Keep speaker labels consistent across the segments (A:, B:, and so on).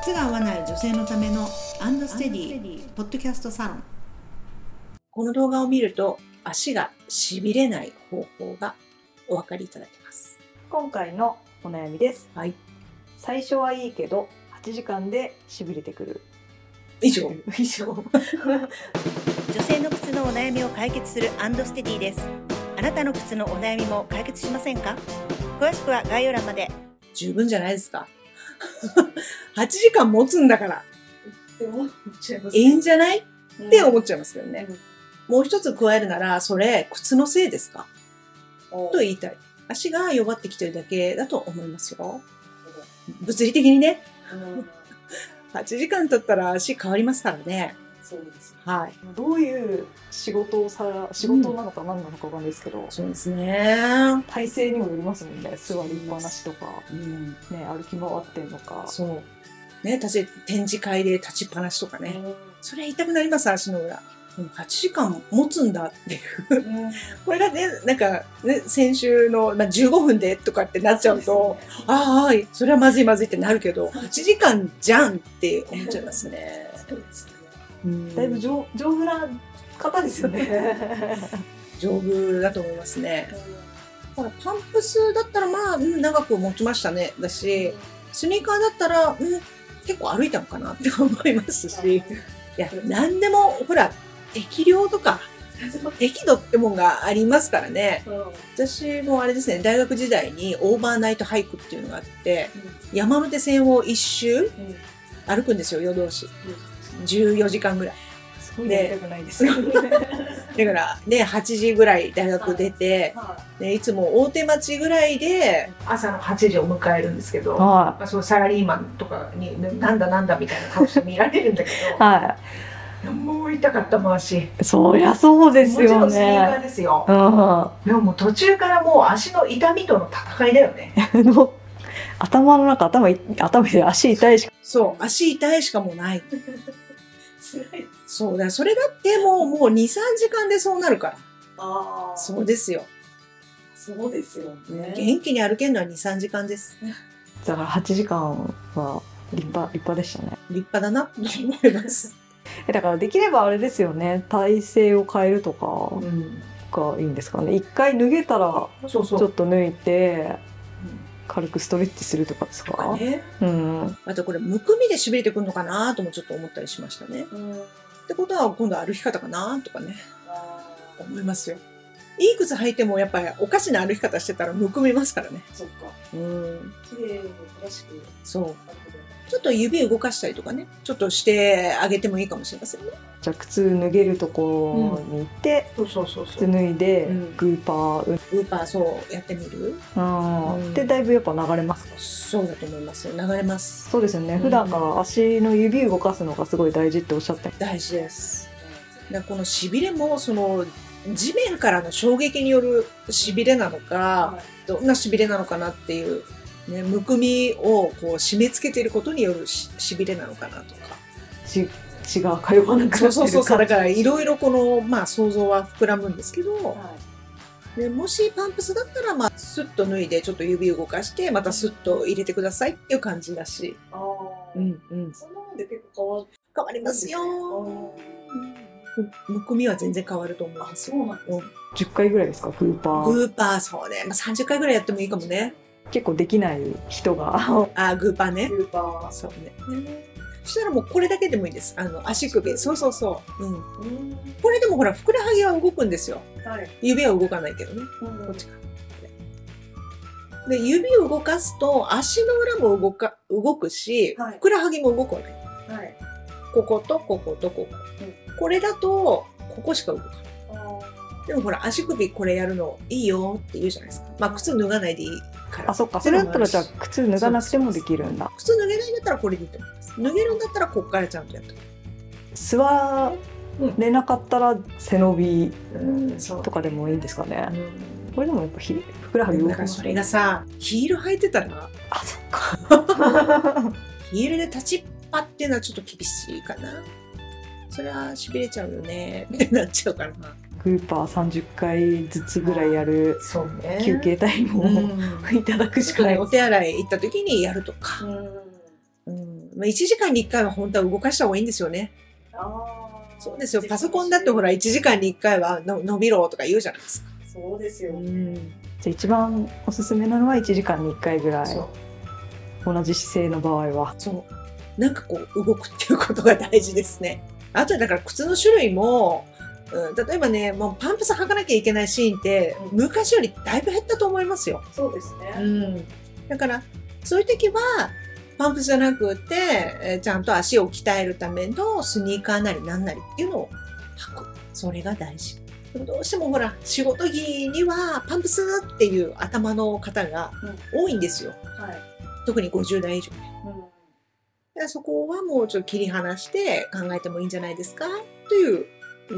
A: 靴が合わない女性のためのアンドステディポッドキャストサロン
B: この動画を見ると足がしびれない方法がお分かりいただけます
C: 今回のお悩みです
B: はい
C: 最初はいいけど8時間でしびれてくる
B: 以上
C: 以上
D: 女性の靴のお悩みを解決するアンドステディですあなたの靴のお悩みも解決しませんか詳しくは概要欄まで
B: 十分じゃないですか 8時間持つんだから
C: でも言っちゃいま
B: いいんじゃないって思っちゃいますけどね
C: うん、
B: もう一つ加えるならそれ靴のせいですかと言いたい足が弱ってきてるだけだと思いますよ物理的にね8時間経ったら足変わりますからね
C: そうです
B: はい
C: どういう仕事をさ仕事なのか何なのかわかんないですけど、
B: そうですね
C: 体勢にもよりますもんね座りっぱなしとか、
B: うん
C: ね、歩き回ってんのか
B: そう。ね、立ち、展示会で立ちっぱなしとかね。それ痛くなります、足の裏。でも8時間持つんだっていう。 これがね、なんか、ね、先週の、まあ、15分でとかってなっちゃうと、ああ、はい、それはまずいまずいってなるけど、8時間じゃんって思っちゃいますね。うん
C: だいぶ丈丈夫な方ですよね
B: 丈夫だと思いますね。ほら、パンプスだったら、まあ、うん長く持ちましたね。だし、スニーカーだったら、うん、結構歩いたのかなって思いますし。いや、何でも、ほら、適量とか、適度ってもんがありますからね。私もあれですね、大学時代にオーバーナイトハイクっていうのがあって、山手線を一周歩くんですよ、夜通し。14時間ぐらい。
C: すごいやりたくない ですよね
B: だから、ね、8時ぐらい大学出て、ね、いつも大手町ぐらいで、朝の8時を迎えるんですけど、
C: は
B: まあ、そのサラリーマンとかに、なんだなんだみたいな顔して見られるんだけ
C: いは
B: ど、もう痛かったもん、足。
C: いそりゃそうですよ
B: もちろんスニーカ
C: ね
B: ーですよ。
C: うん
B: でももう途中からもう足の痛みとの戦いだよね。
C: あの頭の中頭い頭で足痛いし
B: そう、足痛いしかもうない。そうだ、それだってもう、もう2、3時間でそうなるか
C: あ
B: ら。
C: そ
B: そうですよ。
C: そうですよね
B: 元気に歩けるのは2、3時間です。
C: だから8時間は立派立派でしたね
B: 立派だなと思います。
C: えだからできればあれですよね体勢を変えるとか
B: ん。
C: がいいんですかね一回脱げたら
B: そうそ
C: ちょ
B: う。
C: っと脱いで軽くストレッチするとかです
B: とか
C: か、
B: ね、
C: うん
B: あとこれむくみでしびれてくるのかなともちょっと思ったりしましたね。ってことは今度歩き方かなとかね思いますよ。いい靴履いてもやっぱりおかしな歩き方してたらむくみますからね。
C: そっか
B: うん。
C: 綺麗に正しく
B: そう。ちょっと指動かしたりとかね、ちょっとしてあげてもいいかもしれませんね。
C: じゃあ靴脱げるところに行って、
B: そうそうそう
C: 靴脱いで、
B: うん
C: グーパー、
B: ウーパーそうやってみる
C: うん
B: うん
C: でだいぶやっぱ流れます
B: そうだと思いますよ。流れます。
C: そうですよね
B: ん
C: 普段から足の指動かすのがすごい大事っておっしゃって
B: 大事です。だからこのしびれもその地面からの衝撃によるしびれなのか、どんなしびれなのかなっていう、ね、むくみをこう締め付けていることによるししびれなのかなとか。
C: 血血が通わなく
B: そうそう
C: なってる
B: そうそう。
C: か
B: だ
C: ら
B: からいろいろこの、まあ想像は膨らむんですけど、でもしパンプスだったら、まあ、スッと脱いでちょっと指動かしてまたスッと入れてくださいっていう感じだし、うんうん、
C: そんなもんで結構
B: 変わりますよ、むむくみは全然変わると思いますよ
C: 変わる10回ぐらいですかグーパー
B: グーパーそうね、まあ、30回ぐらいやってもいいかもね
C: 結構できない人が
B: あーグーパーね
C: グーパ
B: そうねそしたらもうこれだけでもいいですあの足首そうそうそう、うん、これでもほらふくらはぎは動くんですよ指は動かないけどねこっちかで指を動かすと足の裏も動か動くし、
C: はい
B: ふくらはぎも動くわけこことこことここ、これだとここしか動かないでもほら足首これやるのいいよって言うじゃないですかまあ靴脱がないでいいから
C: あそっかそれだったらじゃあ靴脱がなくてもできるんだ
B: 靴脱げないんだったらこれでいいと思います脱げるんだったらこっからちゃんとやって
C: 座れなかったら背伸び
B: うんそう
C: とかでもいいんですかねこれでもやっぱひふくらはぎ動
B: だ
C: か
B: からそ
C: ない
B: れがさヒール履いてたら
C: あそっか
B: ヒールで立ちっぱっていうのはちょっと厳しいかなそれはしびれちゃうよねってなっちゃうからな
C: グーパー30回ずつぐらいやる
B: そうね
C: 休憩タイムを、
B: うん
C: いただくし
B: 確か
C: かな
B: に
C: い
B: お手洗い行った時にやるとか、うんまあ、1時間に1回は本当は動かした方がいいんですよね。
C: あー
B: そうですよ。パソコンだってほら、1時間に1回はの伸びろとか言うじゃないですか。
C: そうですよ、
B: ん。
C: じゃあ一番おすすめなのは1時間に1回ぐらい
B: そう。
C: 同じ姿勢の場合は
B: そう。なんかこう、動くっていうことが大事ですね。あとはだから靴の種類も、うん、例えばね、もうパンプス履かなきゃいけないシーンって、昔よりだいぶ減ったと思いますよ。
C: そうですね
B: うん。だから、そういう時は、パンプスじゃなくて、えーちゃんと足を鍛えるためのスニーカーなりなんなりっていうのを履く。それが大事。でもどうしてもほら、仕事着にはパンプスっていう頭の方が多いんですよ。
C: はい、
B: 特に50代以上。だからそこはもうちょっと切り離して考えてもいいんじゃないですかという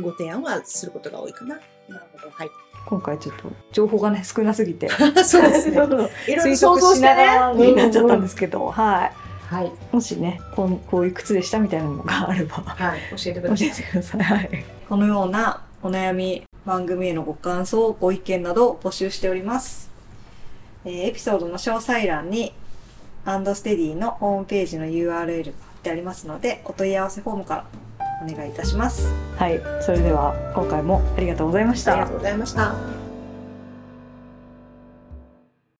B: ご提案はすることが多いかな。
C: なるほど
B: はい。
C: 今回ちょっと情報がね少なすぎて。
B: そうでいろい
C: 推
B: ろ想像
C: 測
B: し
C: してなが
B: ね。
C: らになっちゃったんですけど、はい
B: はい。
C: もしねこんこういう靴でしたみたいなのがあれば
B: はい。教えてく
C: 教
B: だ
C: え
B: さい。
C: てください、はい、
E: このようなお悩み、番組へのご感想、ご意見などを募集しております。えーエピソードの詳細欄に、アンドステディのホームページの URL が貼ってありますので、お問い合わせフォームからお願いいたします。
C: はい、それでは今回もありがとうございまし
B: あり
C: た
B: がとうございました。